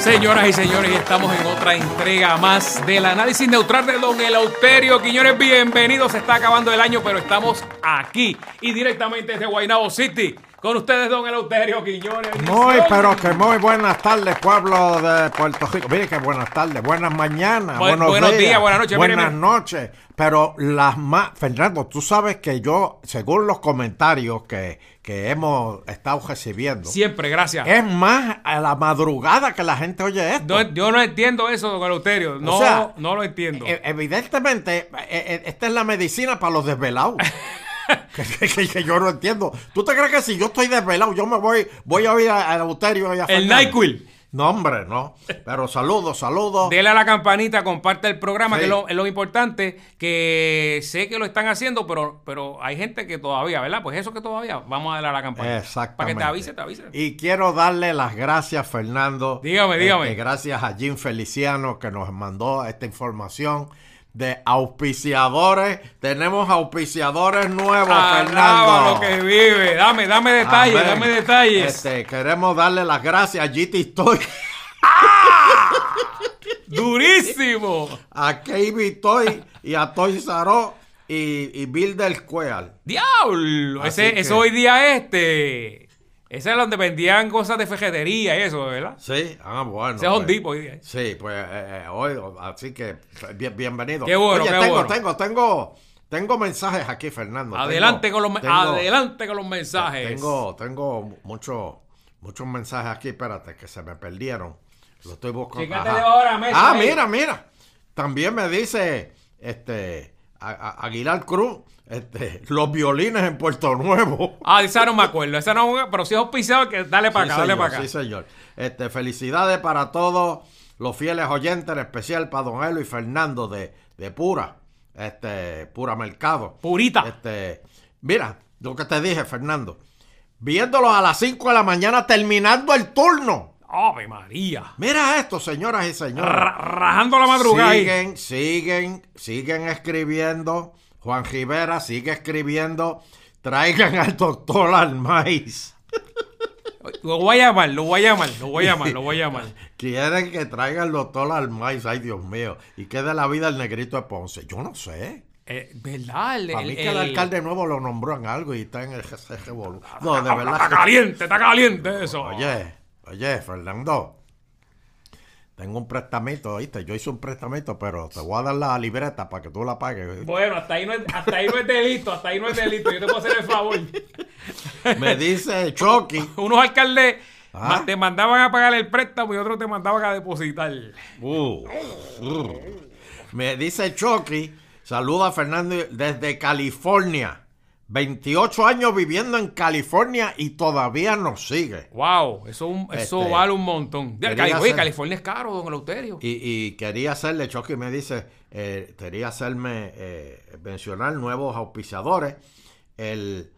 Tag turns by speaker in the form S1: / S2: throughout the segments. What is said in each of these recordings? S1: Señoras y señores, estamos en otra entrega más del análisis neutral de Don Eleuterio Quiñones. Bienvenidos, se está acabando el año, pero estamos aquí y directamente desde Guaynabo City. Con ustedes, Don Eleuterio Quiñones.
S2: Muy, pero que muy buenas tardes, pueblo de Puerto Rico. Mire que buenas tardes, buenas mañanas,
S1: Bu-
S2: buenos,
S1: buenos días, buenas noches, mire,
S2: buenas
S1: mire.
S2: noches. Pero las más, Fernando, tú sabes que yo, según los comentarios que, que hemos estado recibiendo,
S1: Siempre, gracias.
S2: es más a la madrugada que la gente oye esto.
S1: No- yo no entiendo eso, Don Eleuterio. No,
S2: sea,
S1: no lo entiendo.
S2: E- Evidentemente, e- e- esta es la medicina para los desvelados. que, que- que yo no entiendo. ¿Tú te crees que si yo estoy desvelado, yo me voy, voy a ir a- al Euterio y a
S1: el
S2: Fernando?
S1: NyQuil.
S2: No, hombre, no. Pero saludos, saludos.
S1: Dele a la campanita, comparte el programa,
S2: Sí.
S1: que es lo, es lo importante, que sé que lo están haciendo, pero, pero hay gente que todavía, ¿verdad? Pues eso que todavía, vamos a darle a la campanita.
S2: Exactamente.
S1: Para que te avise, te avise.
S2: Y quiero darle las gracias, Fernando. Este,
S1: Dígame, dígame.
S2: Gracias a Jim Feliciano que nos mandó esta información de auspiciadores. Tenemos auspiciadores nuevos,
S1: Alaba
S2: Fernando.
S1: lo Ah, que vive. Dame, dame detalles,
S2: Amén.
S1: dame detalles.
S2: Este, queremos darle las gracias a GT Toy,
S1: Durísimo.
S2: a KB Toy y a Toy Saró y, y Bill del Cueal.
S1: Diablo.
S2: Así
S1: Ese,
S2: que-
S1: Eso hoy día este. Ese era donde vendían cosas de fejetería y eso, ¿verdad?
S2: Sí, ah, bueno.
S1: Ese es Home
S2: pues.
S1: Depot hoy día.
S2: Sí, pues eh, eh, hoy, así que bien- bienvenido.
S1: Qué bueno,
S2: Oye,
S1: qué
S2: tengo,
S1: bueno.
S2: tengo, tengo, tengo mensajes aquí, Fernando. Tengo-
S1: Adelante con los me-
S2: tengo-
S1: adelante con los mensajes.
S2: Tengo, tengo mucho- muchos mensajes aquí, espérate, que se me perdieron. Lo estoy buscando.
S1: Chécatelo
S2: Ajá.
S1: ahora, Mesa,
S2: Ah,
S1: ahí.
S2: mira, mira. También me dice este A- A- Aguilar Cruz, este, los violines en Puerto Nuevo.
S1: Ah, esa no me acuerdo. Esa no, pero si es auspiciado, que dale para
S2: Sí,
S1: acá, dale
S2: señor,
S1: para acá.
S2: Sí, señor. Este, felicidades para todos los fieles oyentes, en especial para Don Elo y Fernando de, de Pura, este, Pura Mercado.
S1: Purita.
S2: Este, mira, lo que te dije, Fernando. Viéndolos a las 5 de la mañana terminando el turno.
S1: Ave María.
S2: Mira esto, señoras y
S1: Ra-
S2: señores.
S1: Rajando la madrugada. ahí.
S2: Siguen, siguen, siguen escribiendo. Juan Rivera sigue escribiendo. Traigan al doctor Almais.
S1: Lo voy a llamar, lo voy a llamar, lo voy a llamar, lo voy a llamar.
S2: Quieren que traigan el doctor al maíz, ay Dios mío, y quede la vida el negrito de Ponce. Yo no sé.
S1: Eh, ¿Verdad? El,
S2: A mí
S1: el-
S2: que el
S1: el-
S2: alcalde nuevo lo nombró en algo y está en el ese revolú. No, de
S1: Ah, Está
S2: verdad. que-
S1: caliente, está caliente eso.
S2: Oye, oye, Fernando. Tengo un prestamito, ¿oíste? Yo hice un prestamito, pero te voy a dar la libreta para que tú la pagues. ¿oíste?
S1: Bueno, hasta ahí, no es, hasta ahí no es delito, hasta ahí no es delito. Yo te puedo hacer el favor.
S2: Me dice Chucky.
S1: Unos alcaldes
S2: Ah.
S1: ma- te mandaban a pagar el préstamo y otros te mandaban a depositar.
S2: Uh, uh. Me dice Chucky, saluda a Fernando desde California. 28 años viviendo en California y todavía nos sigue.
S1: Wow, eso, un- eso
S2: Este,
S1: vale un montón. Ya,
S2: quería
S1: Cali- oye,
S2: hacer-
S1: California es caro, don Eleuterio.
S2: Y, y quería hacerle, Chucky me dice, eh, quería hacerme eh, mencionar nuevos auspiciadores. El,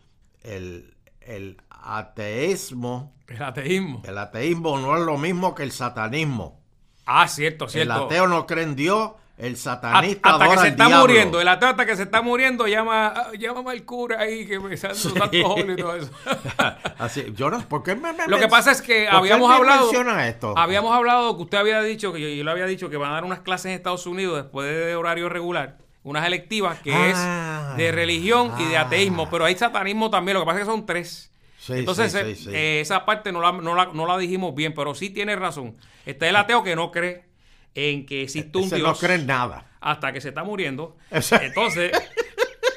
S2: el, el ateísmo,
S1: El ateísmo.
S2: el ateísmo no es lo mismo que el satanismo.
S1: Ah, cierto, cierto.
S2: El ateo no cree en Dios, el satanista
S1: hasta que
S2: adora
S1: se
S2: al
S1: está
S2: diablo.
S1: muriendo, el ateo hasta que se está muriendo, llama, ah, llámame al cura ahí que me salen los alcoholes y todo eso.
S2: Así, yo no, ¿por qué me, me-
S1: Lo que
S2: me-
S1: pasa es que
S2: por qué
S1: habíamos
S2: me
S1: hablado.
S2: menciona esto?
S1: Habíamos hablado que usted había dicho, que yo, yo le había dicho que van a dar unas clases en Estados Unidos después de horario regular, unas electivas que
S2: Ah,
S1: es de religión y de
S2: ah.
S1: ateísmo, pero hay satanismo también, lo que pasa es que son tres.
S2: Sí,
S1: Entonces,
S2: sí,
S1: eh,
S2: sí, sí.
S1: eh, esa parte no la, no, la, no la dijimos bien, pero sí tiene razón. Está el ateo que no cree en que existe un
S2: Ese
S1: Dios
S2: no cree en nada.
S1: hasta que se está muriendo.
S2: Ese-
S1: Entonces,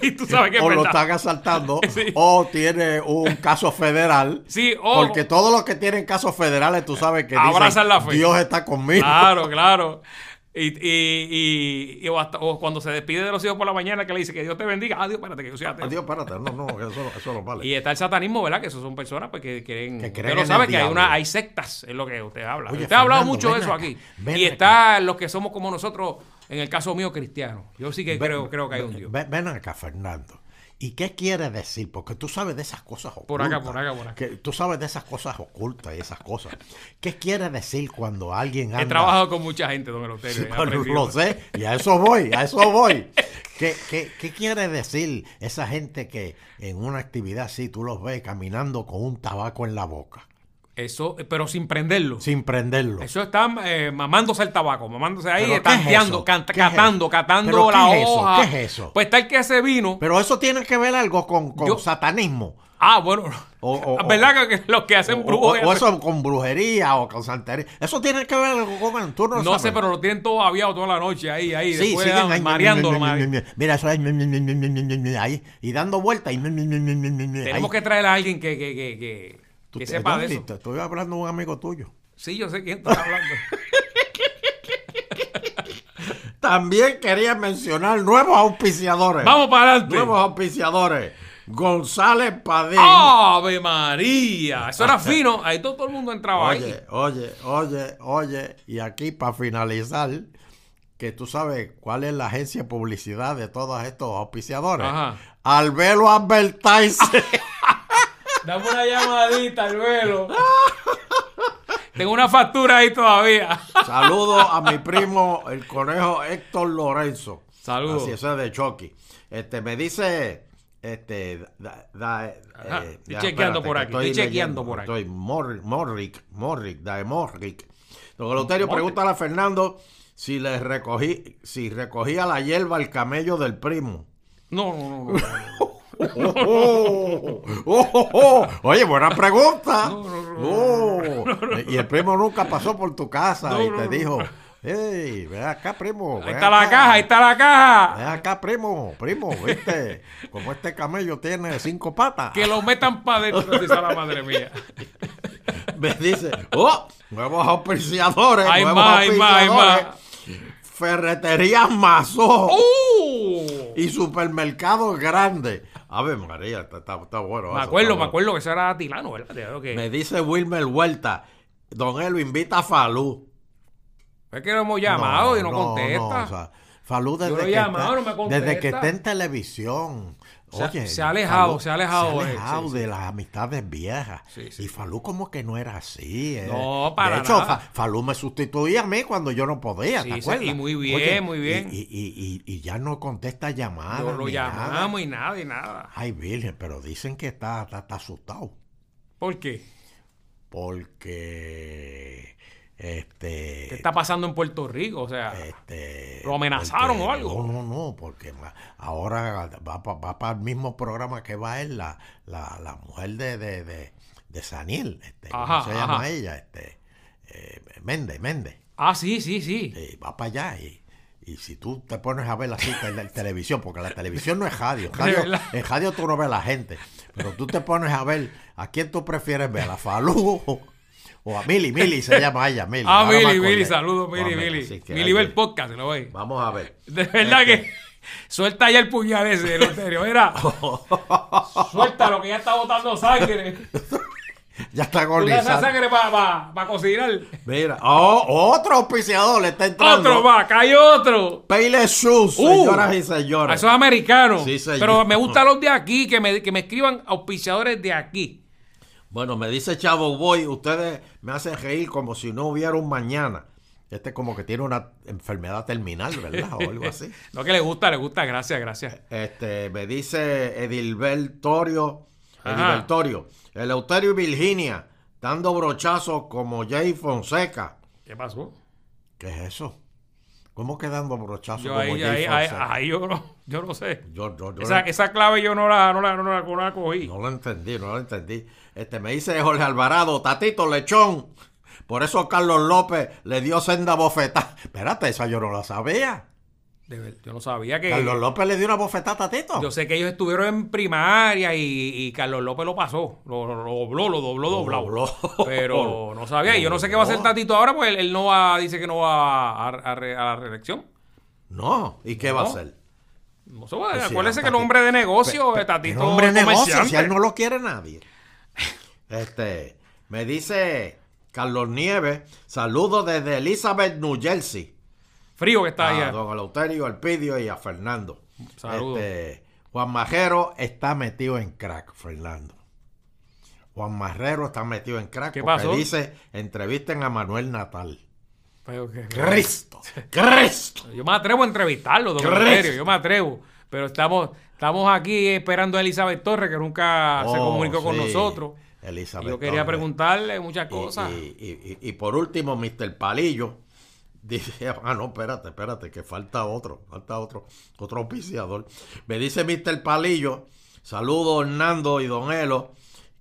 S1: y tú sabes que es
S2: O lo
S1: verdad.
S2: están asaltando,
S1: Sí.
S2: o tiene un caso federal.
S1: Sí, o-
S2: Porque todos los que tienen casos federales, tú sabes que
S1: Abrazan
S2: dicen,
S1: la fe. Ah.
S2: Dios está conmigo.
S1: Claro, claro. Y, y, y- y o hasta- o cuando se despide de los hijos por la mañana que le dice que Dios te bendiga. Adiós, espérate, que yo soy ateo.
S2: Ah, Dios, espérate, no, no, eso, eso no vale.
S1: Y está el satanismo, ¿verdad? Que esos son personas pues, que creen.
S2: Que
S1: usted
S2: creen
S1: lo
S2: en
S1: sabe
S2: el
S1: que hay,
S2: diablo.
S1: una, hay sectas, es lo que usted habla.
S2: Oye,
S1: usted ha hablado
S2: Fernando,
S1: mucho de
S2: ven
S1: eso
S2: acá,
S1: aquí.
S2: ven
S1: Y
S2: acá.
S1: está los que somos como nosotros, en el caso mío, cristianos. Yo sí que
S2: Ven-
S1: creo, creo que hay un
S2: ven-
S1: Dios.
S2: Ven, ven acá, Fernando. ¿Y qué quiere decir? Porque tú sabes de esas cosas ocultas.
S1: Por acá, por acá, por acá.
S2: Que tú sabes de esas cosas ocultas y esas cosas. ¿Qué quiere decir cuando alguien anda...
S1: He trabajado con mucha gente, don Eleuterio.
S2: Sí,
S1: he
S2: bueno,
S1: aprendido.
S2: lo sé, y a eso voy, a eso voy. ¿Qué, qué, qué quiere decir esa gente que en una actividad así tú los ves caminando con un tabaco en la boca,
S1: Eso, pero sin prenderlo.
S2: sin prenderlo?
S1: Eso están eh, mamándose el tabaco, mamándose ahí,
S2: ¿Pero qué es
S1: tanteando,
S2: eso?
S1: can-
S2: ¿Qué es
S1: catando,
S2: eso?
S1: catando
S2: ¿Pero qué
S1: la
S2: es eso?
S1: hoja.
S2: ¿Qué es eso?
S1: Pues tal que ese vino.
S2: Pero eso tiene que ver algo con, con
S1: Yo-
S2: satanismo.
S1: ah, bueno.
S2: O- o-
S1: es verdad que los que hacen
S2: O,
S1: brujos.
S2: o- o eso con brujería o con santería. Eso tiene que ver algo con tú
S1: no sé,
S2: sabes.
S1: pero lo tienen todo aviado toda la noche ahí, ahí.
S2: Sí,
S1: después le
S2: siguen
S1: dan-
S2: ahí,
S1: mareándolo. mare-
S2: Mira, eso es ahí y dando vueltas. y-
S1: Tenemos
S2: ahí.
S1: que traer a alguien que, que, que, que,
S2: Tú-
S1: que sepa de
S2: Tony,
S1: eso.
S2: te Estoy hablando de un amigo tuyo.
S1: Sí, yo sé quién está hablando.
S2: También quería mencionar nuevos auspiciadores.
S1: Vamos para adelante.
S2: Nuevos auspiciadores. González Padín.
S1: ¡Ave María! Eso era fino. Ahí todo, todo el mundo entraba ahí.
S2: Ah. Oye, oye, oye, oye. Y aquí para finalizar, que tú sabes cuál es la agencia de publicidad de todos estos auspiciadores.
S1: Ajá.
S2: Albelo Advertising.
S1: Dame una llamadita al velo. Tengo una factura ahí todavía.
S2: Saludo a mi primo, el conejo Héctor Lorenzo.
S1: Saludos.
S2: Así es, de Chucky. Este, me dice. Este, da- da- eh,
S1: Ajá, estoy
S2: ya,
S1: chequeando
S2: espérate,
S1: por
S2: que
S1: aquí, estoy chequeando por aquí.
S2: Estoy Mor- Morrick, Morrick, da Morrick. Don Eleuterio,
S1: Morrick.
S2: pregúntale a Fernando si le recogí, si recogía la hierba al camello del primo.
S1: No, no, no. no.
S2: Oh, oh, oh, oh, oh. Oye, buena pregunta. Oh. Y el primo nunca pasó por tu casa y
S1: no,
S2: te
S1: no.
S2: dijo, hey, ven acá, primo.
S1: Ahí
S2: ven
S1: está la
S2: acá.
S1: caja, ahí está la caja.
S2: Ven acá, primo, primo, viste, como este camello tiene cinco patas.
S1: Que lo metan para adentro, si la madre mía.
S2: Me dice, oh, nuevos auspiciadores,
S1: Hay
S2: nuevos
S1: más, hay más, hay
S2: auspiciadores.
S1: más. ¡Oh!
S2: Ferreterías Mazó
S1: ¡Uh!
S2: y supermercados grandes. Ave María, está, está- está bueno.
S1: Me
S2: eso,
S1: acuerdo,
S2: está
S1: me
S2: bueno.
S1: acuerdo que eso era Tilano, ¿verdad? Creo que-
S2: Me dice Wilmer Huerta, Don Elo invita a Falú.
S1: Es que lo hemos llamado y no, contesta.
S2: no, o sea, Falú desde,
S1: Yo lo he
S2: que
S1: llamado,
S2: está,
S1: no me
S2: desde que
S1: contesta.
S2: está en televisión.
S1: Se ha-
S2: Oye,
S1: se ha alejado, se ha alejado,
S2: se ha
S1: eh,
S2: alejado
S1: sí,
S2: de las amistades viejas.
S1: Sí, sí.
S2: Y Falú como que no era así. eh.
S1: No, para
S2: De hecho,
S1: nada.
S2: Fa- Falú me sustituía a mí cuando yo no podía,
S1: Sí,
S2: ¿te
S1: sí,
S2: acuerdas?
S1: y muy bien, muy bien.
S2: Y, y- y- y ya no contesta llamadas.
S1: Lo- lo
S2: ni nada.
S1: llamamos y nada, y nada.
S2: Ay, Virgen, pero dicen que está, está- está asustado.
S1: ¿Por qué?
S2: Porque... Este...
S1: ¿Qué está pasando en Puerto Rico? O sea,
S2: Este,
S1: ¿Lo amenazaron
S2: porque-
S1: o algo?
S2: No, no, no, porque ma- ahora va, pa- va para el mismo programa que va él, la, la, la mujer de, de, de, de Saniel, este, ¿cómo
S1: Ajá,
S2: se llama
S1: ajá.
S2: ella? Este, eh, Méndez, Méndez,
S1: ah, sí, sí, sí.
S2: eh, va para allá y, y si tú te pones a ver la cita en la televisión, porque la televisión no es radio, en radio,
S1: verdad.
S2: en radio tú no ves a la gente, pero tú te pones a ver a quién tú prefieres ver, a Falú o- o a Mili, Mili se llama ella, Mili.
S1: Ah,
S2: ahora me
S1: Billy, Billy,
S2: acordé.
S1: saludos, Billy,
S2: Vamos,
S1: Billy.
S2: así que
S1: Billy
S2: hay
S1: ve
S2: que-
S1: el podcast, lo ve.
S2: Vamos a ver.
S1: De verdad que suelta ya el puñal ese del Eleuterio, era. Suéltalo, que ya está botando sangre.
S2: Ya está
S1: Tú le das esa
S2: agonizando.
S1: sangre para cocinar.
S2: Mira, oh, otro auspiciador le está entrando.
S1: Otro va, cae otro.
S2: Payless Shoes,
S1: Uh.
S2: señoras y
S1: Eso
S2: señores.
S1: es americano.
S2: Sí, señor.
S1: Pero me gustan los de aquí, que me, que me escriban auspiciadores de aquí.
S2: Bueno, me dice Chavo Boy, ustedes me hacen reír como si no hubiera un mañana. Este como que tiene una enfermedad terminal, ¿verdad? O algo así.
S1: Lo que le gusta, le gusta, gracias, gracias.
S2: Este, me dice Edilbertorio,
S1: Ajá.
S2: Edilbertorio, Eleuterio y Virginia, dando brochazos como Jay Fonseca.
S1: ¿Qué pasó?
S2: ¿Qué es eso? ¿Cómo que dando brochazos
S1: Yo
S2: como
S1: ahí,
S2: Jay
S1: ahí, ahí,
S2: Fonseca?
S1: ahí yo no, yo no sé.
S2: Yo- yo- yo
S1: Esa,
S2: no-
S1: esa clave yo no la, no la, no la, no la cogí.
S2: No lo entendí, no lo entendí. Este me dice Jorge Alvarado, Tatito Lechón. Por eso Carlos López le dio senda bofetada. Espérate, esa yo no la sabía.
S1: De ver- yo no sabía que.
S2: Carlos López le dio una bofetada a Tatito.
S1: Yo sé que ellos estuvieron en primaria y, y Carlos López lo pasó, lo, lo- lo dobló, lo dobló, doblado.
S2: dobló.
S1: Pero no sabía, y yo no sé qué va a hacer
S2: Dobló.
S1: Tatito ahora, pues él, él no va, dice que no va a, a- a re- a la reelección.
S2: No, ¿y qué va a hacer?
S1: No se puede,
S2: Pues sí,
S1: acuérdese que el
S2: Tati-
S1: hombre de negocio,
S2: Pe-
S1: eh, Tatito.
S2: Pero hombre
S1: es
S2: negocio,
S1: comerciante.
S2: si a él no lo quiere nadie. Este, me dice Carlos Nieves, saludos desde Elizabeth, New Jersey.
S1: Frío que está
S2: a
S1: allá.
S2: don Eleuterio, Elpidio y a Fernando.
S1: Saludos.
S2: Este, Juan Majero está metido en crack, Fernando. Juan Majero está metido en crack
S1: ¿Qué
S2: porque
S1: pasó?
S2: dice, entrevisten a Manuel Natal.
S1: Pero que-
S2: Cristo, Cristo.
S1: Yo me atrevo a entrevistarlo, don
S2: Cristo.
S1: Eleuterio, yo me atrevo. Pero estamos, estamos aquí esperando a Elizabeth Torres, que nunca Ah, se
S2: Oh,
S1: comunicó con
S2: sí,
S1: nosotros.
S2: Elizabeth
S1: Y yo quería
S2: Torres.
S1: preguntarle muchas
S2: Y-
S1: cosas.
S2: Y, y- y- y por último, Mr. Palillo dice, ah, no, espérate, espérate, que falta otro, falta otro, otro auspiciador. Me dice Mr. Palillo, saludo Hernando y Don Elo,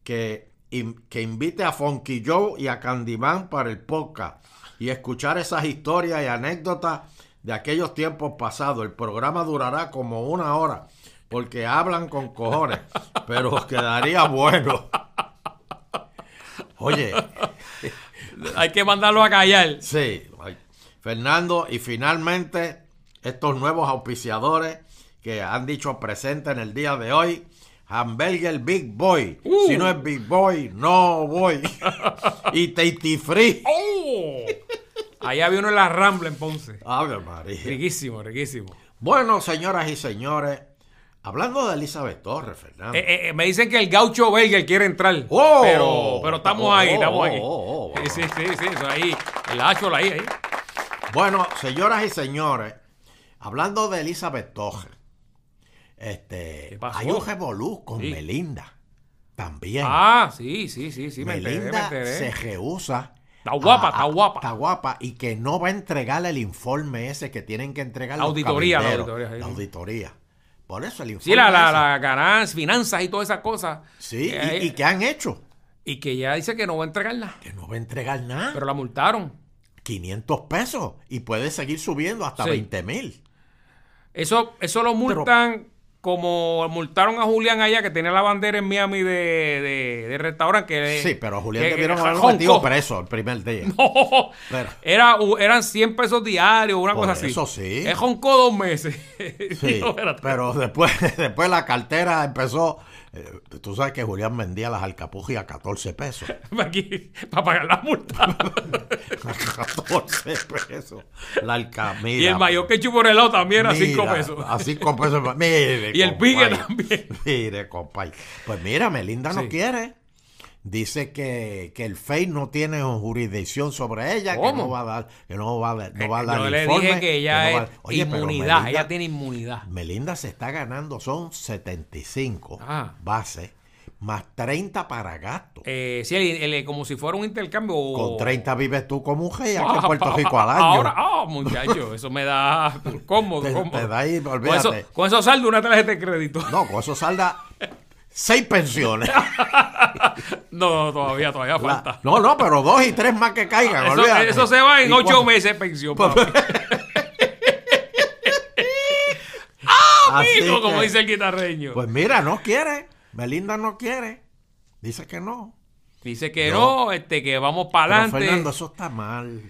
S2: que, in- que invite a Funky Joe y a Candyman para el podcast y escuchar esas historias y anécdotas de aquellos tiempos pasados. El programa durará como una hora. Porque hablan con cojones, pero quedaría bueno. Oye,
S1: Hay que mandarlo a callar.
S2: Sí, ay. Fernando, y finalmente estos nuevos auspiciadores que han dicho presente en el día de hoy. Hamburger Big Boy.
S1: Uh.
S2: Si no es Big Boy, no voy. y Tasty Free.
S1: ¡Oh! Allá había uno en la Rambla en Ponce.
S2: Ave María.
S1: Riquísimo, riquísimo.
S2: Bueno, señoras y señores, hablando de Elizabeth Torres, Fernando.
S1: Eh, eh, eh, me dicen que el gaucho belga quiere entrar.
S2: Ah. Oh.
S1: pero, pero estamos
S2: Oh,
S1: ahí,
S2: oh,
S1: estamos
S2: oh,
S1: ahí.
S2: oh, Eh. oh,
S1: sí, sí, sí, sí, eso ahí. El hacho ahí, ahí.
S2: Bueno, señoras y señores, hablando de Elizabeth Torres, este,
S1: ¿Qué pasó?
S2: hay un revolú con
S1: Sí.
S2: Melinda. También.
S1: Ah, sí, sí, sí, sí, me enteré, me
S2: Melinda
S1: enteré.
S2: se rehúsa.
S1: Está guapa,
S2: a- a-
S1: está guapa.
S2: Está guapa y que no va a entregar el informe ese que tienen que entregar
S1: La
S2: los
S1: auditoría, la
S2: cabilderos,
S1: auditoría, sí.
S2: la auditoría. Por eso el informe.
S1: Sí, la, la,
S2: ese.
S1: la ganancia, finanzas y todas esas cosas.
S2: Sí, y-
S1: Eh,
S2: y, que han hecho?
S1: y que ya dice que no va a entregarla.
S2: Que no va a entregar nada.
S1: Pero la multaron.
S2: 500 pesos y puede seguir subiendo hasta
S1: Sí.
S2: 20 mil.
S1: Eso, eso lo multan como multaron a Julián allá, que tenía la bandera en Miami de, de, de restaurante. Que,
S2: Sí, pero a Julián
S1: que-
S2: debieron
S1: que-
S2: haberlo
S1: Hong
S2: metido
S1: Kong.
S2: preso el primer día. Pero-
S1: Era, u- eran 100 pesos diarios, una
S2: Por
S1: cosa así.
S2: eso sí.
S1: Es joncó dos meses.
S2: Sí,
S1: No, espérate.
S2: pero después, después la cartera empezó. eh, tú sabes que Julián vendía las alcapujas a 14 pesos.
S1: Aquí, para pagar la multa.
S2: A 14 pesos. La alca,
S1: y el
S2: mira,
S1: mayor que por el lado también era 5
S2: mira,
S1: pesos.
S2: A 5 pesos. pues, Mire,
S1: Y el
S2: compadre,
S1: pique también.
S2: Mire, compadre. Pues mira, Melinda no
S1: Sí.
S2: quiere. Dice que, que el FEI no tiene jurisdicción sobre ella, que
S1: ¿Cómo? Eh,
S2: no va a dar, que no va a dar, no va a dar
S1: Yo le
S2: informe,
S1: dije que ella
S2: no va a-
S1: es
S2: Oye, pero
S1: inmunidad,
S2: Melinda-
S1: ella tiene inmunidad.
S2: Melinda se está ganando, son 75
S1: Ah.
S2: bases, más 30 para gasto.
S1: Eh, sí, el- el- como si fuera un intercambio.
S2: Con 30 vives tú como un jeque
S1: Ah,
S2: en Puerto Rico al año.
S1: Ahora, ah, muchacho, eso me da cómodo.
S2: Te-
S1: cómodo.
S2: te da ahí,
S1: con,
S2: olvídate.
S1: eso, con eso saldo una tarjeta de crédito.
S2: No, con eso salda seis pensiones.
S1: No, no, todavía, todavía
S2: La-
S1: falta.
S2: no, no, pero dos y tres más que caigan.
S1: Eso,
S2: olvídate.
S1: eso se va en
S2: ¿Y
S1: ocho
S2: cuánto?
S1: meses de pensión.
S2: Pues-
S1: papi.
S2: Así
S1: Hijo,
S2: que-
S1: como dice el guitarreño.
S2: Pues mira, no quiere. Melinda no quiere. Dice que no.
S1: Dice que
S2: yo-
S1: no, este, que vamos para
S2: Pero
S1: adelante.
S2: Fernando, eso está mal.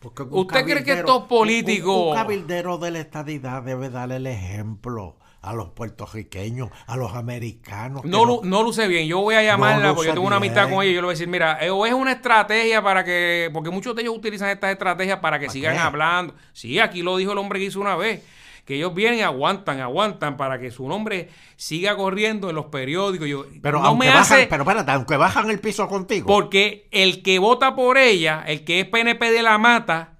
S2: Porque un
S1: ¿Usted cree que
S2: cabildero-
S1: estos políticos-
S2: Un, un cabildero de la estadidad debe darle el ejemplo a los puertorriqueños, a los americanos. que
S1: No, lu- no luce bien. Yo voy a llamarla
S2: No
S1: porque yo
S2: luce
S1: tengo una amistad
S2: bien.
S1: con ella. y Yo le voy a decir, mira, eh, o es una estrategia para que. Porque muchos de ellos utilizan estas estrategias para que sigan
S2: qué?
S1: hablando. Sí, aquí lo dijo el hombre que hizo una vez. Que ellos vienen y aguantan, aguantan para que su nombre siga corriendo en los periódicos. Yo,
S2: pero
S1: no
S2: aunque
S1: me
S2: bajan,
S1: hace.
S2: pero espérate, aunque bajan el piso contigo.
S1: Porque el que vota por ella, el que es PNP de la mata,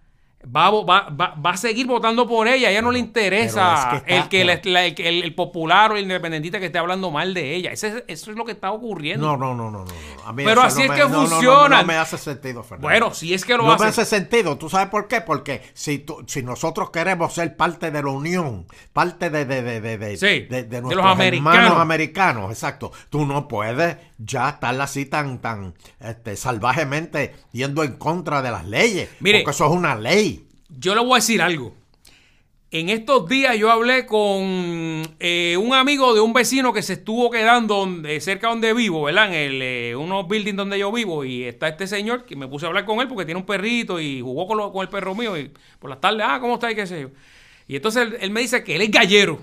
S1: va, a vo- va, va- va a seguir votando por ella. A ella no le interesa
S2: pero es que está-
S1: el, que le- la- el, que- el- el popular o el independentista que esté hablando mal de ella. Ese es- eso es lo que está ocurriendo.
S2: No, no, no, no, no, no. A mí
S1: Pero
S2: eso
S1: así
S2: no
S1: es
S2: me-
S1: que
S2: no, no, no,
S1: funcionan.
S2: No, me hace sentido, Fernando.
S1: Bueno, si es que lo
S2: no
S1: hacen.
S2: me hace sentido. ¿Tú sabes por qué? Porque si, tú- si nosotros queremos ser parte de la unión, parte de, de, de, de, de,
S1: Sí,
S2: de- de
S1: de los
S2: nuestros
S1: americanos.
S2: hermanos americanos, exacto, tú no puedes ya estar así tan, tan este, salvajemente yendo en contra de las leyes.
S1: Mire.
S2: porque eso es una ley.
S1: Yo le voy a decir algo. En estos días yo hablé con eh, un amigo de un vecino que se estuvo quedando donde- cerca donde vivo, ¿verdad? En el, eh, unos buildings donde yo vivo. Y está este señor que me puse a hablar con él porque tiene un perrito y jugó con, lo- con el perro mío. Y por las tardes, ah, ¿cómo está? Y qué sé yo. Y entonces él, él me dice que él es gallero.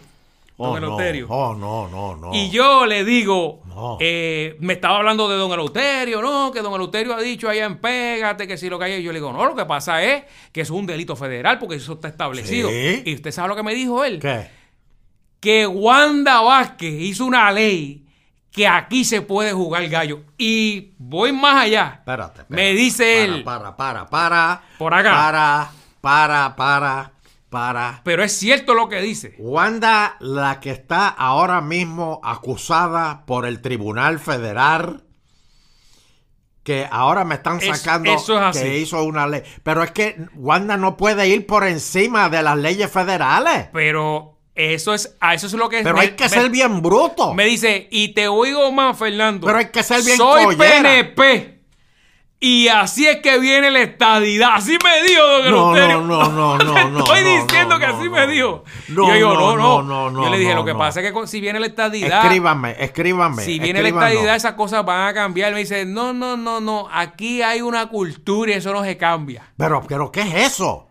S2: Oh,
S1: don
S2: no,
S1: Eleuterio.
S2: oh, no, no, no.
S1: Y yo le digo,
S2: No.
S1: eh, me estaba hablando de don Eleuterio, no, que don Eleuterio ha dicho allá en Pégate, que si lo que hay. Yo le digo, no, lo que pasa es que eso es un delito federal porque eso está establecido.
S2: Sí.
S1: Y usted sabe lo que me dijo él,
S2: ¿Qué?
S1: que Wanda Vázquez hizo una ley que aquí se puede jugar gallo. Y voy más allá.
S2: Espérate, espérate.
S1: Me dice él.
S2: Para, para, para.
S1: Por acá.
S2: Para, para, para, para.
S1: Pero es cierto lo que dice.
S2: Wanda, la que está ahora mismo acusada por el Tribunal Federal, que ahora me están
S1: Es-
S2: sacando
S1: eso es así.
S2: que hizo una ley. Pero es que Wanda no puede ir por encima de las leyes federales.
S1: Pero eso es, a eso es lo que
S2: Pero
S1: Pues me-
S2: hay que
S1: me-
S2: ser bien bruto.
S1: Me dice, y te oigo más, Fernando.
S2: Oh. Pero hay que ser bien
S1: Soy
S2: collera.
S1: PNP. Y así es que viene la estadidad. Así me dijo, don
S2: No,
S1: Eleuterio.
S2: no, no, no, no,
S1: Te
S2: no,
S1: Estoy
S2: no,
S1: diciendo
S2: no,
S1: que
S2: no,
S1: así
S2: no.
S1: me dijo.
S2: No,
S1: Y yo digo,
S2: no,
S1: no,
S2: no,
S1: no,
S2: no, no,
S1: Yo le dije,
S2: no,
S1: lo que
S2: no.
S1: pasa es que con- si viene la estadidad.
S2: Escríbame, escríbame.
S1: Si viene la
S2: escríbanos.
S1: estadidad, esas cosas van a cambiar. Me dice, no, no, no, no. Aquí hay una cultura y eso no se cambia.
S2: Pero, pero, ¿qué es eso?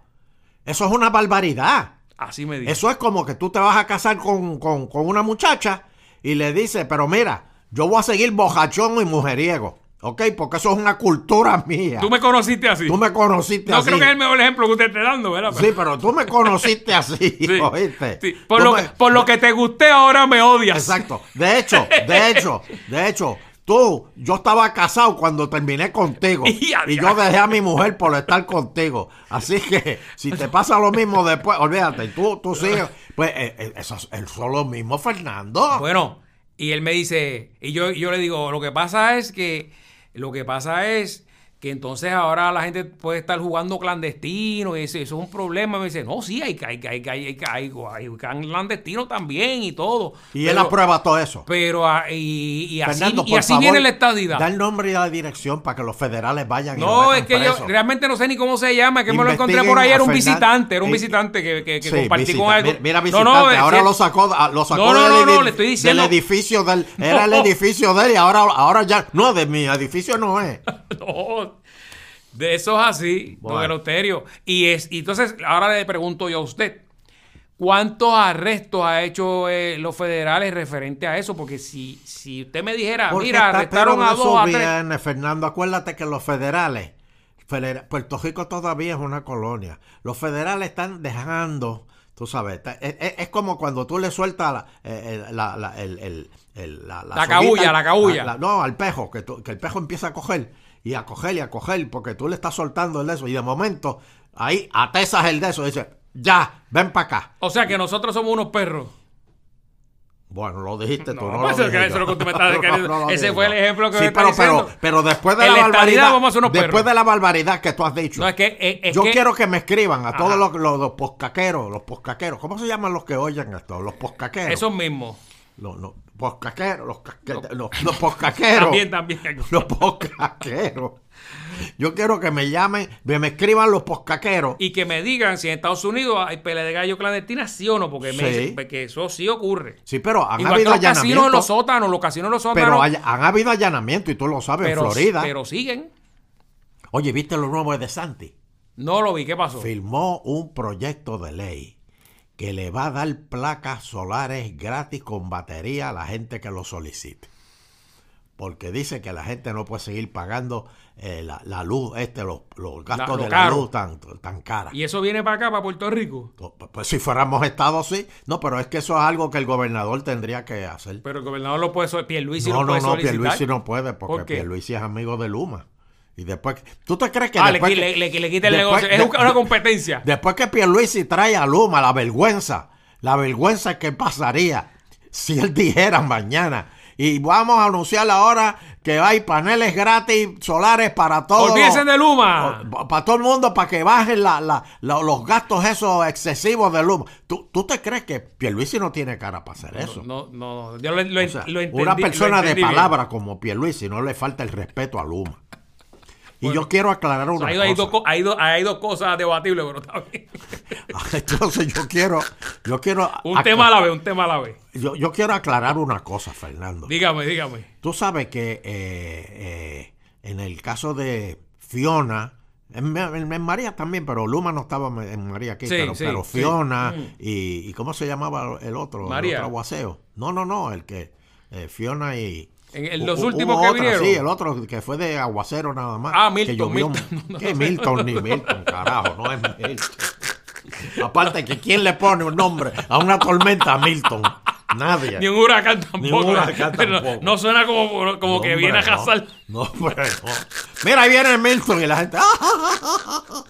S2: Eso es una barbaridad.
S1: Así me dijo.
S2: Eso es como que tú te vas a casar con, con- con una muchacha y le dices, pero mira, yo voy a seguir bojachón y mujeriego, ¿ok? Porque eso es una cultura mía.
S1: Tú me conociste así.
S2: Tú me conociste
S1: No
S2: así.
S1: creo que es el mejor ejemplo que usted esté dando, ¿verdad?
S2: Sí, pero tú me conociste así,
S1: Sí,
S2: ¿oíste?
S1: sí. Por,
S2: Tú
S1: lo
S2: me-
S1: que, por lo que te gusté, ahora me odias.
S2: Exacto. De hecho, de hecho, de hecho, tú, yo estaba casado cuando terminé contigo.
S1: Y
S2: Y,
S1: a
S2: yo dejé a mi mujer por estar contigo. Así que si te pasa lo mismo después, olvídate, tú, tú sigues. Pues eh, eh, eso es eso es lo mismo, Fernando.
S1: Bueno, y él me dice, y yo, yo le digo, lo que pasa es que, lo que pasa es que entonces ahora la gente puede estar jugando clandestino, y eso, eso es un problema. Me dice, no, sí, hay, hay, hay, hay, hay, hay, hay clandestino también y todo.
S2: y
S1: Pero-
S2: él aprueba todo eso.
S1: Pero, ah, y, y así,
S2: Fernando,
S1: y
S2: por
S1: así
S2: favor,
S1: viene la estadidad.
S2: Da el nombre y la dirección para que los federales vayan. y lo
S1: No,
S2: metan
S1: es que yo
S2: preso.
S1: realmente no sé ni cómo se llama, es que me lo
S2: Investiguen
S1: encontré por ahí,
S2: a
S1: era un
S2: Fernan-
S1: visitante, era un
S2: Sí.
S1: visitante que, que, que
S2: Sí,
S1: compartí con
S2: visita-
S1: algo.
S2: Mira, mira
S1: No,
S2: visitante,
S1: no, es
S2: ahora
S1: cier-
S2: lo sacó, a- lo sacó
S1: No, no,
S2: del,
S1: no, no,
S2: edi-
S1: le estoy
S2: del
S1: diciendo-
S2: edificio del, era el edificio de él y ahora, ahora ya, no, de mi edificio no es.
S1: No, de eso es así,
S2: Bueno.
S1: don Eleuterio. Y, es, y entonces, ahora le pregunto yo a usted, ¿cuántos arrestos ha hecho eh, los federales referente a eso? Porque si, si usted me dijera,
S2: Porque
S1: mira,
S2: está-
S1: arrestaron
S2: pero
S1: a
S2: eso
S1: dos, a tres.
S2: viene, Fernando, acuérdate que los federales, federa- Puerto Rico todavía es una colonia. Los federales están dejando, tú sabes, está- es, es- es como cuando tú le sueltas la, eh, eh, la- la- el- el- el- la-
S1: La
S2: solita-
S1: cabulla, la cabulla.
S2: no, al pejo, que, tú- que el pejo empieza a coger y a coger y a coger porque tú le estás soltando el de eso y de momento ahí atesas el de eso y dices, ya, ven para acá.
S1: O sea que nosotros somos unos perros.
S2: Bueno, lo dijiste tú,
S1: No,
S2: no,
S1: pues
S2: lo
S1: es que
S2: dije
S1: eso
S2: yo.
S1: es lo que tú me estás queriendo-
S2: lo
S1: ese
S2: dije
S1: fue
S2: yo.
S1: el ejemplo que
S2: Sí,
S1: me estás
S2: pero,
S1: diciendo.
S2: Pero, pero después de
S1: En
S2: la
S1: la estadidad
S2: barbaridad,
S1: vamos a ser unos
S2: después
S1: perros.
S2: de la barbaridad que tú has dicho,
S1: No, es que, es- es
S2: yo
S1: que-
S2: quiero que me escriban a
S1: Ajá.
S2: todos los, los, los poscaqueros, los poscaqueros, ¿cómo se llaman los que oyen esto? Los poscaqueros.
S1: Esos mismos.
S2: Los, los poscaqueros, los, casquete- los, los poscaqueros.
S1: También, también.
S2: Los poscaqueros. Yo quiero que me llamen, que me escriban los poscaqueros.
S1: Y que me digan si en Estados Unidos hay pelea de gallo clandestina, sí o no, porque me
S2: Sí.
S1: dicen que eso sí ocurre.
S2: Sí, pero han
S1: Igual que
S2: habido
S1: los casinos en los
S2: allanamientos.
S1: sótanos, los casinos en los sótanos.
S2: Pero hay- han habido allanamientos, y tú lo sabes,
S1: pero,
S2: en Florida.
S1: pero siguen.
S2: Oye, ¿viste lo nuevo de Santi?
S1: No lo vi, ¿qué pasó?
S2: firmó un proyecto de ley que le va a dar placas solares gratis con batería a la gente que lo solicite. Porque dice que la gente no puede seguir pagando eh, la, la luz, este, los, los gastos
S1: lo
S2: de la
S1: caro.
S2: luz tan, tan cara.
S1: Y eso viene para acá, para Puerto Rico.
S2: Pues si fuéramos Estado, sí. No, pero es que eso es algo que el gobernador tendría que hacer.
S1: Pero el gobernador lo puede solicitar. Pierluisi Pues, lo
S2: no, no,
S1: puede
S2: no,
S1: solicitar.
S2: Pierluisi no puede, porque
S1: ¿Por qué?
S2: Pierluisi es amigo de Luma. Y después, ¿tú te crees que
S1: Ah, le,
S2: después
S1: qui-
S2: que-
S1: le- le- le quita el
S2: después-
S1: negocio. Es
S2: de-
S1: un- una competencia.
S2: Después que Pierluisi trae a Luma la vergüenza, la vergüenza que pasaría si él dijera mañana. Y vamos a anunciar ahora que hay paneles gratis solares para todos.
S1: Olvídense de Luma.
S2: Para todo el mundo, para que bajen la- la- la- los gastos esos excesivos de Luma. ¿Tú, tú te crees que Pierluisi no tiene cara para hacer eso?
S1: No, no, no, yo lo, lo-
S2: O sea,
S1: lo entendí.
S2: una
S1: lo
S2: persona de
S1: entendí bien.
S2: palabra como Pierluisi no le falta el respeto a Luma. Y yo quiero aclarar
S1: O sea,
S2: una
S1: Hay,
S2: cosa.
S1: hay dos, co- hay dos- hay dos cosas debatibles, pero está bien.
S2: Entonces yo quiero, yo quiero,
S1: Un
S2: acla-
S1: tema a la vez, un tema a la vez.
S2: yo, yo quiero aclarar una cosa, Fernando.
S1: Dígame, dígame.
S2: Tú sabes que eh, eh, en el caso de Fiona, en, Ma- en- en María también, pero Luma no estaba ma- en María aquí,
S1: Sí,
S2: pero,
S1: sí,
S2: pero
S1: sí. Mm.
S2: Fiona y, y ¿cómo se llamaba el otro?
S1: María.
S2: El otro aguaceo. No, no, no, el que eh, Fiona y...
S1: En- en
S2: hu-
S1: los
S2: hu-
S1: últimos
S2: hubo
S1: que
S2: otra,
S1: vinieron.
S2: Sí, el otro que fue de aguacero nada más.
S1: Ah,
S2: que
S1: Milton,
S2: llovió-
S1: Milton.
S2: ¿Qué Milton ni Milton, carajo? No es Milton. Aparte que quién le pone un nombre a una tormenta a Milton. Nadie.
S1: Ni un huracán tampoco.
S2: Ni un huracán
S1: Pero
S2: tampoco.
S1: No suena como, como
S2: No,
S1: que
S2: hombre,
S1: viene a
S2: no.
S1: cazar.
S2: No, hombre, no. Mira, ahí viene Milton y la gente. ¡ah!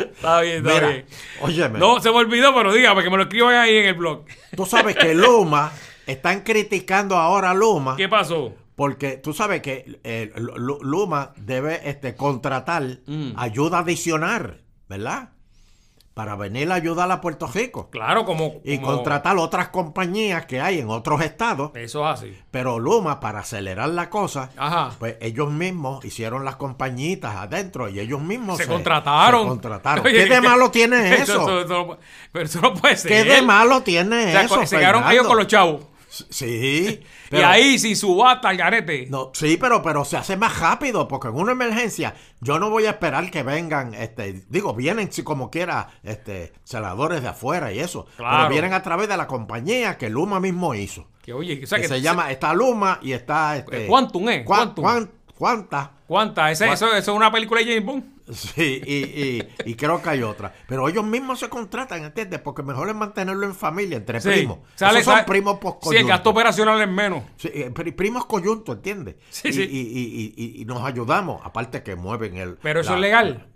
S1: Está bien, está
S2: Mira,
S1: bien.
S2: óyeme.
S1: No, se me olvidó, pero dígame que me lo escriban ahí en el blog.
S2: Tú sabes que Luma, están criticando ahora a Luma
S1: ¿Qué pasó?
S2: porque tú sabes que eh, Lu- Lu- Luma debe este, contratar
S1: Mm.
S2: ayuda adicional, ¿verdad? Para venir a ayudar a Puerto Rico
S1: Claro, como.
S2: y
S1: como- Eh.
S2: contratar otras compañías que hay en otros estados.
S1: Eso es así.
S2: Pero Luma, para acelerar la cosa,
S1: Ajá.
S2: pues ellos mismos hicieron las compañitas adentro y ellos mismos
S1: se, contrataron.
S2: se contrataron.
S1: Oye,
S2: ¿Qué de malo tiene
S1: eso-
S2: eso?
S1: no- pero eso no puede ser.
S2: ¿Qué de malo tiene
S1: O sea,
S2: eso?
S1: se quedaron
S2: Fernando?
S1: ellos con los chavos.
S2: Sí.
S1: y
S2: pero-
S1: ahí, sin su bata, al garete.
S2: No, sí, pero, pero se hace más rápido porque en una emergencia yo no voy a esperar que vengan, este, digo, vienen si como quiera, este, celadores de afuera y eso,
S1: Claro.
S2: pero vienen a través de la compañía que Luma mismo hizo.
S1: Que oye, o sea,
S2: que,
S1: que
S2: se llama, está Luma y está este,
S1: Eh, Quantum, ¿eh?
S2: Cuan-
S1: Quantum.
S2: Cuan- Cuanta.
S1: ¿Cuántas? Ese-
S2: Cuan-
S1: Eso, eso es una película de James Bond.
S2: Sí, y, y- y creo que hay otra. Pero ellos mismos se contratan, ¿entiendes? Porque mejor es mantenerlo en familia, entre
S1: Sí.
S2: primos.
S1: Sale-
S2: Esos son
S1: sale-
S2: primos
S1: Sí, el gasto
S2: poscoyuntos.
S1: operacional es menos.
S2: Sí, eh, pri- primos coyuntos, ¿entiendes?
S1: Sí,
S2: y,
S1: sí.
S2: Y, y- y- y nos ayudamos, aparte que mueven el...
S1: Pero eso
S2: la-
S1: es legal.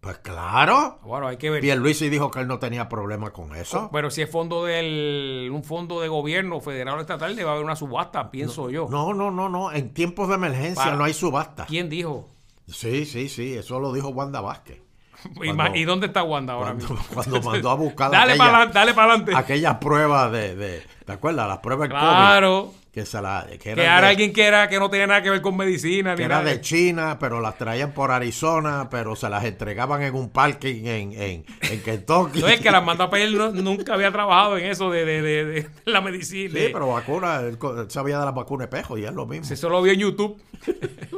S2: Pues claro.
S1: Bueno, hay que ver.
S2: Pierluisi dijo que él no tenía problema con eso.
S1: Pero si es fondo del un fondo de gobierno federal o estatal, debe haber una subasta, pienso yo.
S2: No, no, no, no. En tiempos de emergencia
S1: Para.
S2: no hay subasta.
S1: ¿Quién dijo?
S2: Sí, sí, sí. Eso lo dijo Wanda Vázquez.
S1: ¿Y,
S2: Cuando-
S1: ma- y dónde está Wanda ahora
S2: Cuando,
S1: mismo?
S2: cuando mandó a buscar
S1: Dale
S2: aquella-
S1: para dale para adelante.
S2: aquella prueba de, de ¿te acuerdas? La prueba del COVID.
S1: Claro.
S2: Que, se la, que era,
S1: Que ahora
S2: de,
S1: alguien que era que no tenía nada que ver con medicina
S2: que
S1: ni
S2: era
S1: nada.
S2: de China, pero las traían por Arizona, pero se las entregaban en un parking en, en, en Kentucky.
S1: No es que la mandó a pedir, no- nunca había trabajado en eso de, de- de- de la medicina. Eh,
S2: Sí, pero vacuna, él, co- él sabía de las vacunas espejo y es lo mismo.
S1: Eso lo vio en YouTube.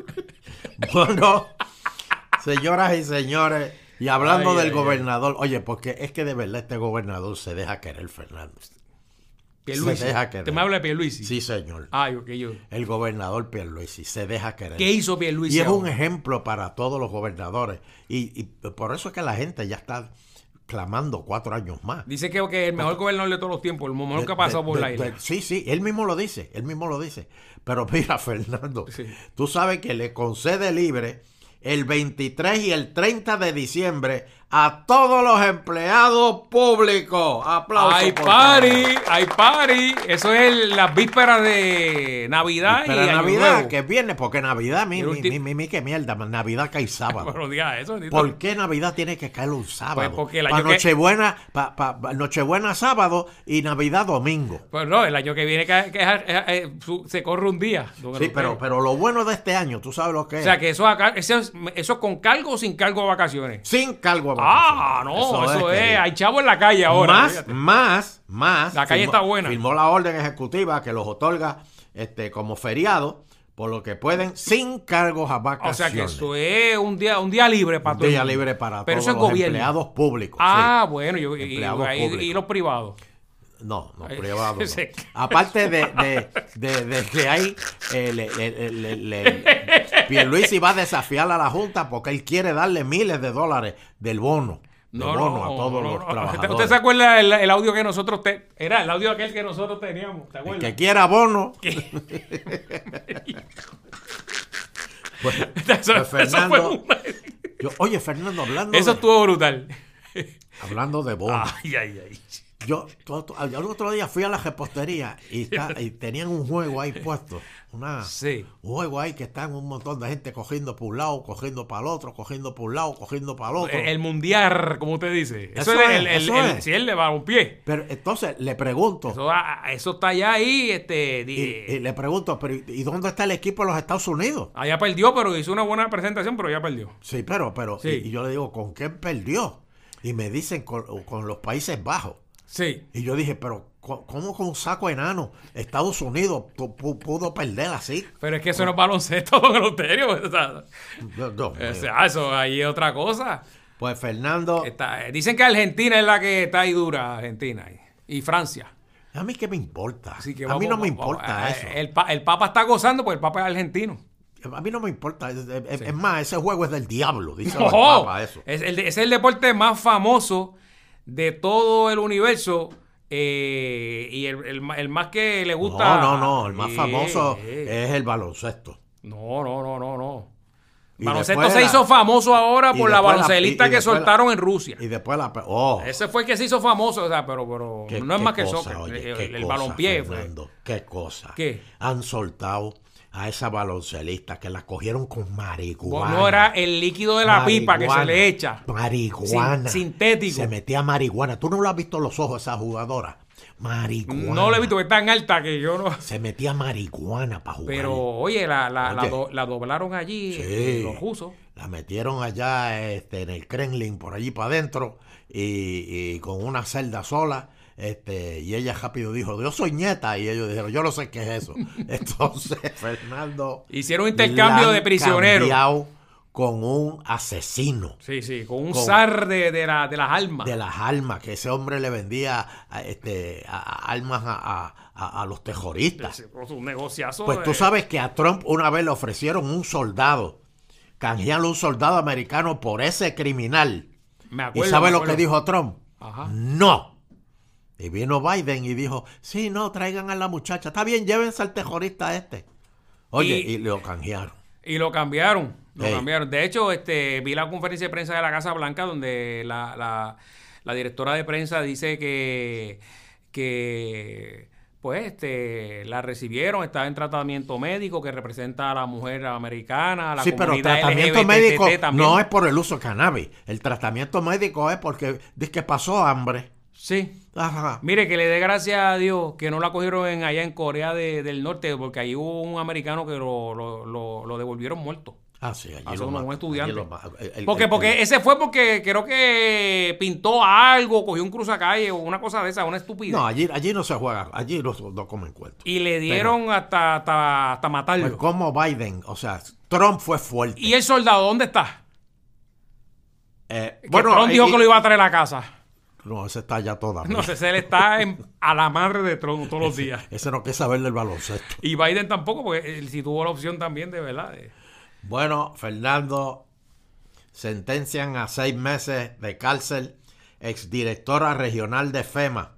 S2: Bueno, señoras y señores, y hablando
S1: Ay,
S2: del
S1: ay,
S2: gobernador, oye, porque es que de verdad este gobernador se deja querer, Fernando.
S1: Pierluisi.
S2: Se deja querer.
S1: Te me habla de Pierluisi.
S2: Sí, señor.
S1: Ay, ok, yo.
S2: El gobernador Pierluisi se deja querer.
S1: ¿Qué hizo Pierluisi?
S2: Y es un
S1: ahora?
S2: ejemplo para todos los gobernadores. Y, y por eso es que la gente ya está clamando cuatro años más.
S1: Dice que, que el mejor gobernador de todos los tiempos, el mejor que ha
S2: De-
S1: pasado
S2: de-
S1: por la
S2: de-
S1: isla.
S2: de- sí, sí, él mismo lo dice, él mismo lo dice. Pero mira, Fernando,
S1: Sí.
S2: tú sabes que le concede libre el 23 y el 30 de diciembre a todos los empleados públicos. Aplausos.
S1: ¡Ay,
S2: por
S1: party!
S2: favor.
S1: ¡Ay, party! Eso es el- las vísperas de Navidad y
S2: Pero
S1: Año
S2: Navidad,
S1: Nuevo.
S2: que viene, porque Navidad, mi,
S1: El
S2: mi,
S1: ulti-
S2: mi, mi- mi, qué mierda, Navidad cae sábado.
S1: Buenos días, eso. bendito.
S2: ¿Por qué Navidad tiene que caer un sábado?
S1: Pues porque el
S2: Pa'
S1: año que-
S2: Nochebuena, pa- pa- pa- Nochebuena sábado y Navidad domingo.
S1: Pues no, el año que viene que, que- eh, eh, su- se corre un día. don
S2: Sí,
S1: Eleuterio.
S2: pero, pero lo bueno de este año, tú sabes lo que
S1: O
S2: es.
S1: sea, que eso, acá, eso, es- eso es con cargo o sin cargo de vacaciones.
S2: Sin cargo a
S1: ¡Ah, no! Eso, es.
S2: querido.
S1: Hay chavo en la calle ahora.
S2: más,
S1: fíjate.
S2: más, más.
S1: La calle está buena.
S2: Firmó la orden ejecutiva que los otorga este, como feriado, por lo que pueden sin cargos a
S1: O
S2: vacaciones.
S1: sea, que eso es un día, un día libre para
S2: Un
S1: todo el
S2: día
S1: mundo.
S2: libre para
S1: Pero eso
S2: todos
S1: es
S2: los
S1: gobierno.
S2: empleados públicos.
S1: Ah, bueno, yo, y,
S2: Empleados
S1: ahí- y
S2: públicos.
S1: los privados.
S2: sí. No, no,
S1: Ay,
S2: privado. no.
S1: ese-
S2: Aparte de, de, de- de que hay. Eh, le, le- le- le- le- Pierluisi va a desafiar a la Junta porque él quiere darle miles de dólares del bono. de bono a
S1: no,
S2: todos los
S1: no.
S2: trabajadores.
S1: ¿Usted se acuerda el, el audio que nosotros te, era el audio aquel que nosotros teníamos? ¿Te
S2: El
S1: acuerdas?
S2: que quiera bono. Bueno,
S1: Eso,
S2: pues,
S1: eso fue
S2: Fernando,
S1: una-
S2: yo- oye, Fernando, hablando,
S1: eso Ah.
S2: de,
S1: estuvo brutal.
S2: hablando de bono.
S1: Ay, ay, ay.
S2: Yo, to- to- al- al otro día fui a la repostería y, está- y tenían un juego ahí puesto. Una,
S1: Sí.
S2: Un juego ahí que están un montón de gente cogiendo por un lado, cogiendo para el otro, cogiendo por un lado, cogiendo para el otro.
S1: El, el mundial, como usted dice. Eso,
S2: Eso
S1: es,
S2: es,
S1: el, el,
S2: eso
S1: el-
S2: es.
S1: si él le va a un pie.
S2: Pero entonces le pregunto,
S1: Eso, va- eso está allá ahí, este,
S2: y,
S1: di-
S2: y le pregunto, pero ¿y dónde está el equipo de los Estados Unidos?
S1: allá ah, perdió, pero hizo una buena presentación, pero ya perdió.
S2: Sí, pero, pero,
S1: Sí.
S2: Y, y yo le digo, ¿con quién perdió? Y me dicen con- con los Países Bajos.
S1: Sí.
S2: Y yo dije, pero co- ¿cómo con un saco enano Estados Unidos pu- pu- pudo perder así?
S1: Pero es que eso no es baloncesto, don Eleuterio. o sea,
S2: No, no,
S1: o sea, eso ahí es otra cosa.
S2: Pues Fernando,
S1: Está- eh, dicen que Argentina es la que está ahí dura, Argentina. Y, y Francia.
S2: ¿a mí qué me importa?
S1: Así que
S2: a mí
S1: vamos-
S2: no
S1: vamos-
S2: me importa
S1: eh,
S2: eso.
S1: El, pa- el Papa está gozando porque el Papa es argentino.
S2: a mí no me importa. Es, es- es
S1: Oh,
S2: más, ese juego es del diablo, dice
S1: No,
S2: el Papa eso.
S1: Es, el, de- es el deporte más famoso de todo el universo. eh, y el, el ma- el más que le gusta.
S2: No, no, no. El más
S1: Eh,
S2: famoso
S1: eh.
S2: es el baloncesto.
S1: No, no, no, no, no.
S2: Y
S1: Baloncesto
S2: después
S1: se
S2: la-
S1: hizo famoso ahora
S2: y
S1: por la
S2: después la-
S1: baloncelista
S2: y- y
S1: que
S2: después la-
S1: soltaron en Rusia.
S2: Y después la. pe- Oh,
S1: Ese fue el que se hizo famoso, o sea, pero, pero
S2: qué-
S1: no es
S2: qué
S1: más que el
S2: cosa,
S1: soccer,
S2: oye,
S1: el,
S2: qué
S1: el
S2: cosa,
S1: balompié. fue.
S2: Fernando, Qué cosa.
S1: ¿Qué?
S2: Han soltado a esa baloncelista que la cogieron con marihuana.
S1: No era el líquido de la pipa que se
S2: Marihuana.
S1: le echa.
S2: Marihuana.
S1: Sin- sintético.
S2: Se metía marihuana. ¿Tú no lo has visto los ojos a esa jugadora? Marihuana.
S1: No lo he visto, que es tan alta que yo no.
S2: Se metía marihuana para jugar.
S1: Pero oye, la, la, la
S2: Oye.
S1: do- la doblaron allí
S2: Sí.
S1: eh, los rusos.
S2: La metieron allá este, en el Kremlin, por allí para adentro, y, y con una celda sola. Este, y ella rápido dijo, yo soy nieta. Y ellos dijeron, yo no sé qué es eso. Entonces, Fernando...
S1: Hicieron un intercambio
S2: la han
S1: de prisioneros.
S2: cambiado Con un asesino
S1: Sí, sí, con un
S2: Con-
S1: zar de, de la- de las almas.
S2: de las almas, que ese hombre le vendía a, este, a- a almas a, a- a- a los terroristas.
S1: Ese- Un negociazo.
S2: Pues tú
S1: eh,
S2: sabes que a Trump una vez le ofrecieron un soldado, canjearle un soldado americano por ese criminal.
S1: Me
S2: ¿Y
S1: acuerdo,
S2: sabes
S1: me
S2: lo que
S1: acuerdo.
S2: dijo Trump?
S1: Ajá.
S2: No. Y vino Biden y dijo, sí, no, traigan a la muchacha. Está bien, llévense al terrorista este. Oye,
S1: Y-
S2: y, lo canjearon.
S1: Y lo cambiaron, lo
S2: Ey.
S1: cambiaron. De hecho, este, vi la conferencia de prensa de la Casa Blanca donde la, la- la directora de prensa dice que, que pues, este, la recibieron, estaba en tratamiento médico que representa a la mujer americana, a la
S2: Sí, pero
S1: comunidad
S2: tratamiento
S1: LGBTT
S2: médico
S1: también.
S2: no es por el uso de cannabis. El tratamiento médico es porque dice que pasó hambre.
S1: Sí.
S2: Ajá.
S1: Mire, que le dé gracias a Dios que no la cogieron en- allá en Corea de- del Norte, porque ahí hubo un americano que lo, lo- lo- lo devolvieron muerto.
S2: Ah, sí, allí
S1: Ah,
S2: lo
S1: son unos
S2: matan,
S1: estudiantes.
S2: allí lo matan. El- el-
S1: Porque,
S2: el-
S1: porque ese fue porque creo que pintó algo, cogió un cruzacalle o una cosa de esa, una estupidez.
S2: No, allí, allí no se juega, allí no, no comen cuentos.
S1: y le dieron hasta, hasta, hasta
S2: Pues
S1: matarlo.
S2: como Biden, o sea, Trump fue fuerte.
S1: ¿Y el soldado dónde está?
S2: Eh,
S1: Que Trump
S2: eh,
S1: dijo
S2: y-
S1: que lo iba a traer a la casa.
S2: No, ese está ya todavía.
S1: No sé, se le está en- a la madre de Trump todos los días.
S2: Ese no quiere saber del baloncesto.
S1: Y Biden tampoco, porque él sí tuvo la opción también de verdad. de-
S2: Bueno, Fernando, sentencian a seis meses de cárcel exdirectora regional de FEMA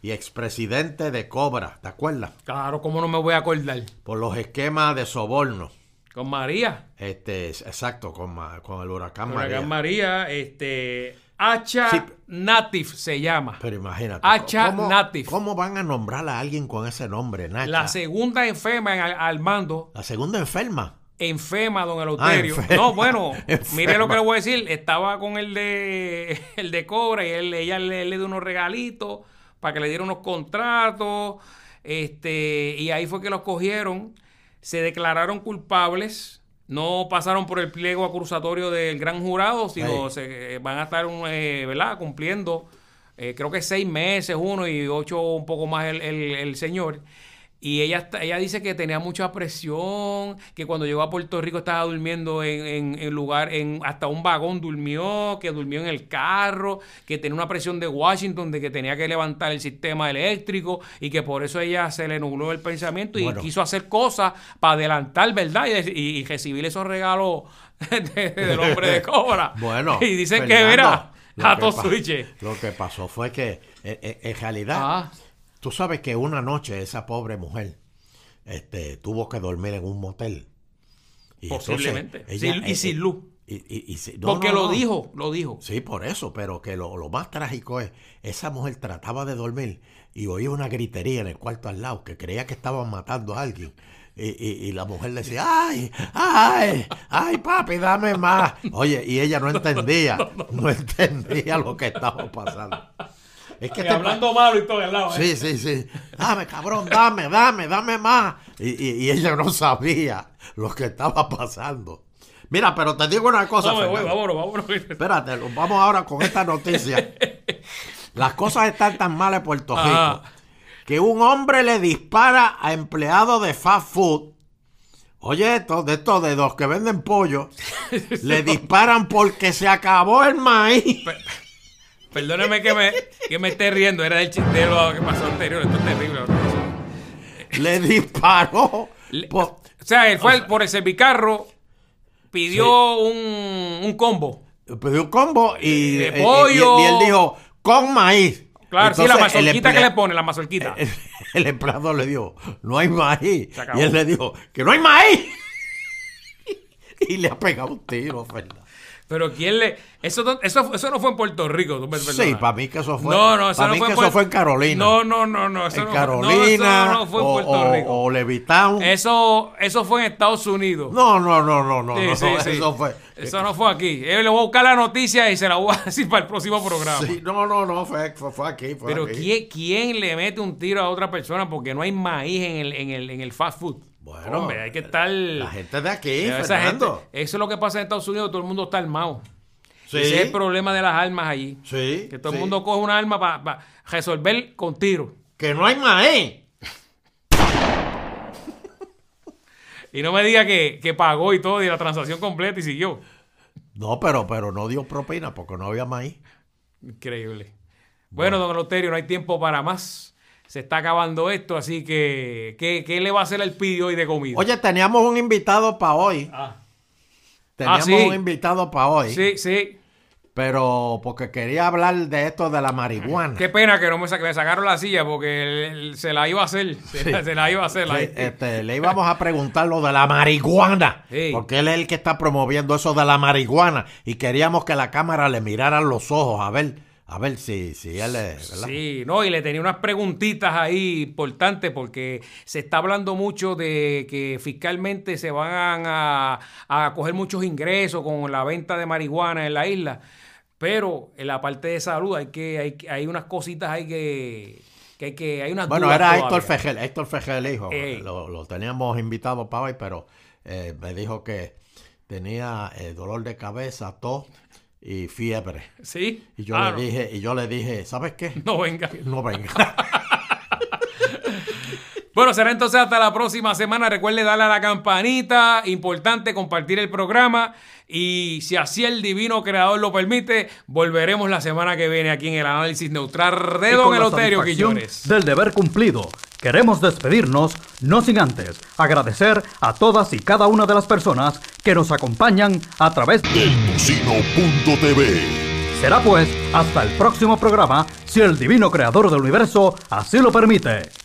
S2: y expresidente de Cobra, ¿te acuerdas?
S1: Claro, ¿cómo no me voy a acordar?
S2: Por los esquemas de soborno.
S1: Con María.
S2: Este, exacto, con, ma- con el huracán,
S1: Con María.
S2: María.
S1: María, este. Hacha
S2: Sí.
S1: Natif se llama.
S2: Pero imagínate.
S1: Hacha
S2: ¿cómo,
S1: Natif.
S2: ¿Cómo van a nombrar a alguien con ese nombre, Nacha?
S1: La segunda enferma en al- al mando.
S2: La segunda enferma.
S1: Enfema, don
S2: Ah,
S1: Eleuterio.
S2: enferma.
S1: No, bueno,
S2: Enferma.
S1: mire lo que le voy a decir. Estaba con el de el de Cobra y él, ella le, le dio unos regalitos para que le diera unos contratos. Este, y ahí fue que los cogieron. Se declararon culpables. No pasaron por el pliego acusatorio del gran jurado, sino
S2: Ey.
S1: se, eh, van a estar un, eh, ¿verdad? cumpliendo, eh, creo que seis meses uno y ocho un poco más el, el- el señor. Y ella, está- ella dice que tenía mucha presión, que cuando llegó a Puerto Rico estaba durmiendo en, en- en lugar, en hasta un vagón durmió, que durmió en el carro, que tenía una presión de Washington de que tenía que levantar el sistema eléctrico y que por eso ella se le nubló el pensamiento y
S2: Bueno.
S1: quiso hacer cosas para adelantar, ¿verdad? Y, y- y recibir esos regalos de- del hombre de cobra.
S2: Bueno.
S1: Y dicen que
S2: Fernando,
S1: era
S2: lo que
S1: Jato
S2: pa-
S1: Switch.
S2: Lo que pasó fue que, eh, eh, en realidad,
S1: Ah,
S2: tú sabes que una noche esa pobre mujer este, tuvo que dormir en un motel. Y entonces
S1: Posiblemente.
S2: ella-
S1: Sin- y
S2: eh,
S1: sin
S2: eh,
S1: luz.
S2: Y, y- y sin- no,
S1: porque
S2: no,
S1: lo
S2: no.
S1: dijo, lo dijo.
S2: Sí, por eso, pero que lo, lo más trágico es, esa mujer trataba de dormir y oía una gritería en el cuarto al lado, que creía que estaban matando a alguien. Y, y- y la mujer le decía, ay, ay, ay, papi, dame más. Oye, y ella no entendía, no entendía lo que estaba pasando. Es que este pa-
S1: malo y todo el lado. ¿eh?
S2: Sí, sí, sí. Dame, cabrón, dame, dame, dame más. Y, y- y ella no sabía lo que estaba pasando. Mira, pero te digo una cosa. Fernando.
S1: vámonos, vámonos.
S2: Espérate, lo- vamos ahora con esta noticia. Las cosas están tan mal en Puerto Rico
S1: Ajá.
S2: que un hombre le dispara a empleado de fast food. Oye, esto, de estos de los que venden pollo, le disparan porque se acabó el maíz.
S1: Perdóneme que me, que me esté riendo, era del chistero que pasó anterior, esto es terrible. lo que pasó.
S2: Le disparó.
S1: Le-
S2: por-
S1: o sea, él fue al- por el servicarro, pidió un, un combo.
S2: pidió pues, un combo y,
S1: De
S2: y- y-
S1: pollo.
S2: y él dijo, con maíz.
S1: Claro, sí, la
S2: Entonces, el Eh,
S1: mazorquita que
S2: emple-
S1: le pone, la mazorquita.
S2: El, el empleado le dijo, no hay maíz.
S1: Se acabó.
S2: Y él le dijo, que no hay maíz. y le ha pegado un tiro, Fernando.
S1: Pero quién le. Eso, no- eso, eso no fue en Puerto Rico, tú me
S2: Sí,
S1: perdonas.
S2: para mí que eso fue.
S1: No, no, eso
S2: para
S1: no
S2: mí
S1: fue en
S2: que eso
S1: Puerto-
S2: fue en Carolina.
S1: No, no, no, no. Eso
S2: en
S1: no,
S2: Carolina.
S1: No, eso no fue en
S2: o-
S1: Puerto
S2: o,
S1: Rico. Eh,
S2: o Levittown.
S1: Eso, eso fue en Estados Unidos.
S2: No, no, no, no, no.
S1: Sí,
S2: no,
S1: sí, sí.
S2: Eso fue.
S1: Eso no fue aquí. Yo le voy a buscar la noticia y se la voy a decir para el próximo programa.
S2: Sí, no, no, no, fue, fue, fue aquí. fue
S1: Pero
S2: aquí.
S1: ¿quién, ¿quién le mete un tiro a otra persona porque no hay maíz en el, en el, en el fast food?
S2: Bueno,
S1: Hombre, hay que estar...
S2: La gente de aquí,
S1: Esa
S2: Fernando.
S1: gente- eso es lo que pasa en Estados Unidos, todo el mundo está armado.
S2: Sí.
S1: Ese es el problema de las armas allí.
S2: Sí,
S1: Que todo
S2: sí.
S1: el mundo coge una arma para resolver con tiro.
S2: Que no hay maíz.
S1: Y no me diga que, que pagó y todo, y la transacción completa y siguió.
S2: No, pero, pero no dio propina porque no había maíz.
S1: Increíble. Bueno, don Loterio, no hay tiempo para más. Se está acabando esto, así que ¿qué, qué le va a hacer el pidio hoy de comida?
S2: Oye, teníamos un invitado para hoy.
S1: Ah,
S2: Teníamos
S1: Ah, sí.
S2: un invitado para hoy.
S1: sí, sí.
S2: Pero porque quería hablar de esto de la marihuana.
S1: Qué pena que no me, sa- me sacaron la silla porque el- el- se la iba a hacer. Se, la- se la iba a hacer. la-
S2: Le, este, le íbamos a preguntar lo de la marihuana.
S1: Sí.
S2: Porque él es el que está promoviendo eso de la marihuana. Y queríamos que la cámara le mirara los ojos a ver, a ver si, si él es. ¿verdad?
S1: Sí, no, y le tenía unas preguntitas ahí importantes porque se está hablando mucho de que fiscalmente se van a, a coger muchos ingresos con la venta de marihuana en la isla, pero en la parte de salud hay que hay, que- hay unas cositas ahí que, que hay que hay unas
S2: Bueno,
S1: dudas
S2: era
S1: todavía.
S2: Héctor Fejel, Héctor Fejel, hijo.
S1: Ey.
S2: Lo, lo teníamos invitado para hoy, pero eh, me dijo que tenía eh, dolor de cabeza, tos y fiebre.
S1: Sí.
S2: Y yo
S1: Ah,
S2: le
S1: no.
S2: dije, y yo le dije, ¿sabes qué?
S1: No venga.
S2: No venga.
S1: Bueno, será entonces hasta la próxima semana. Recuerde darle a la campanita. Importante compartir el programa. Y si así el divino creador lo permite, volveremos la semana que viene aquí en el análisis neutral de
S3: y con
S1: Don
S3: la
S1: Eloterio
S3: satisfacción
S1: Quillones.
S3: Del deber cumplido. Queremos despedirnos, no sin antes agradecer a todas y cada una de las personas que nos acompañan a través de...
S4: Tocino.tv.
S3: Será pues hasta el próximo programa, si el divino creador del universo así lo permite.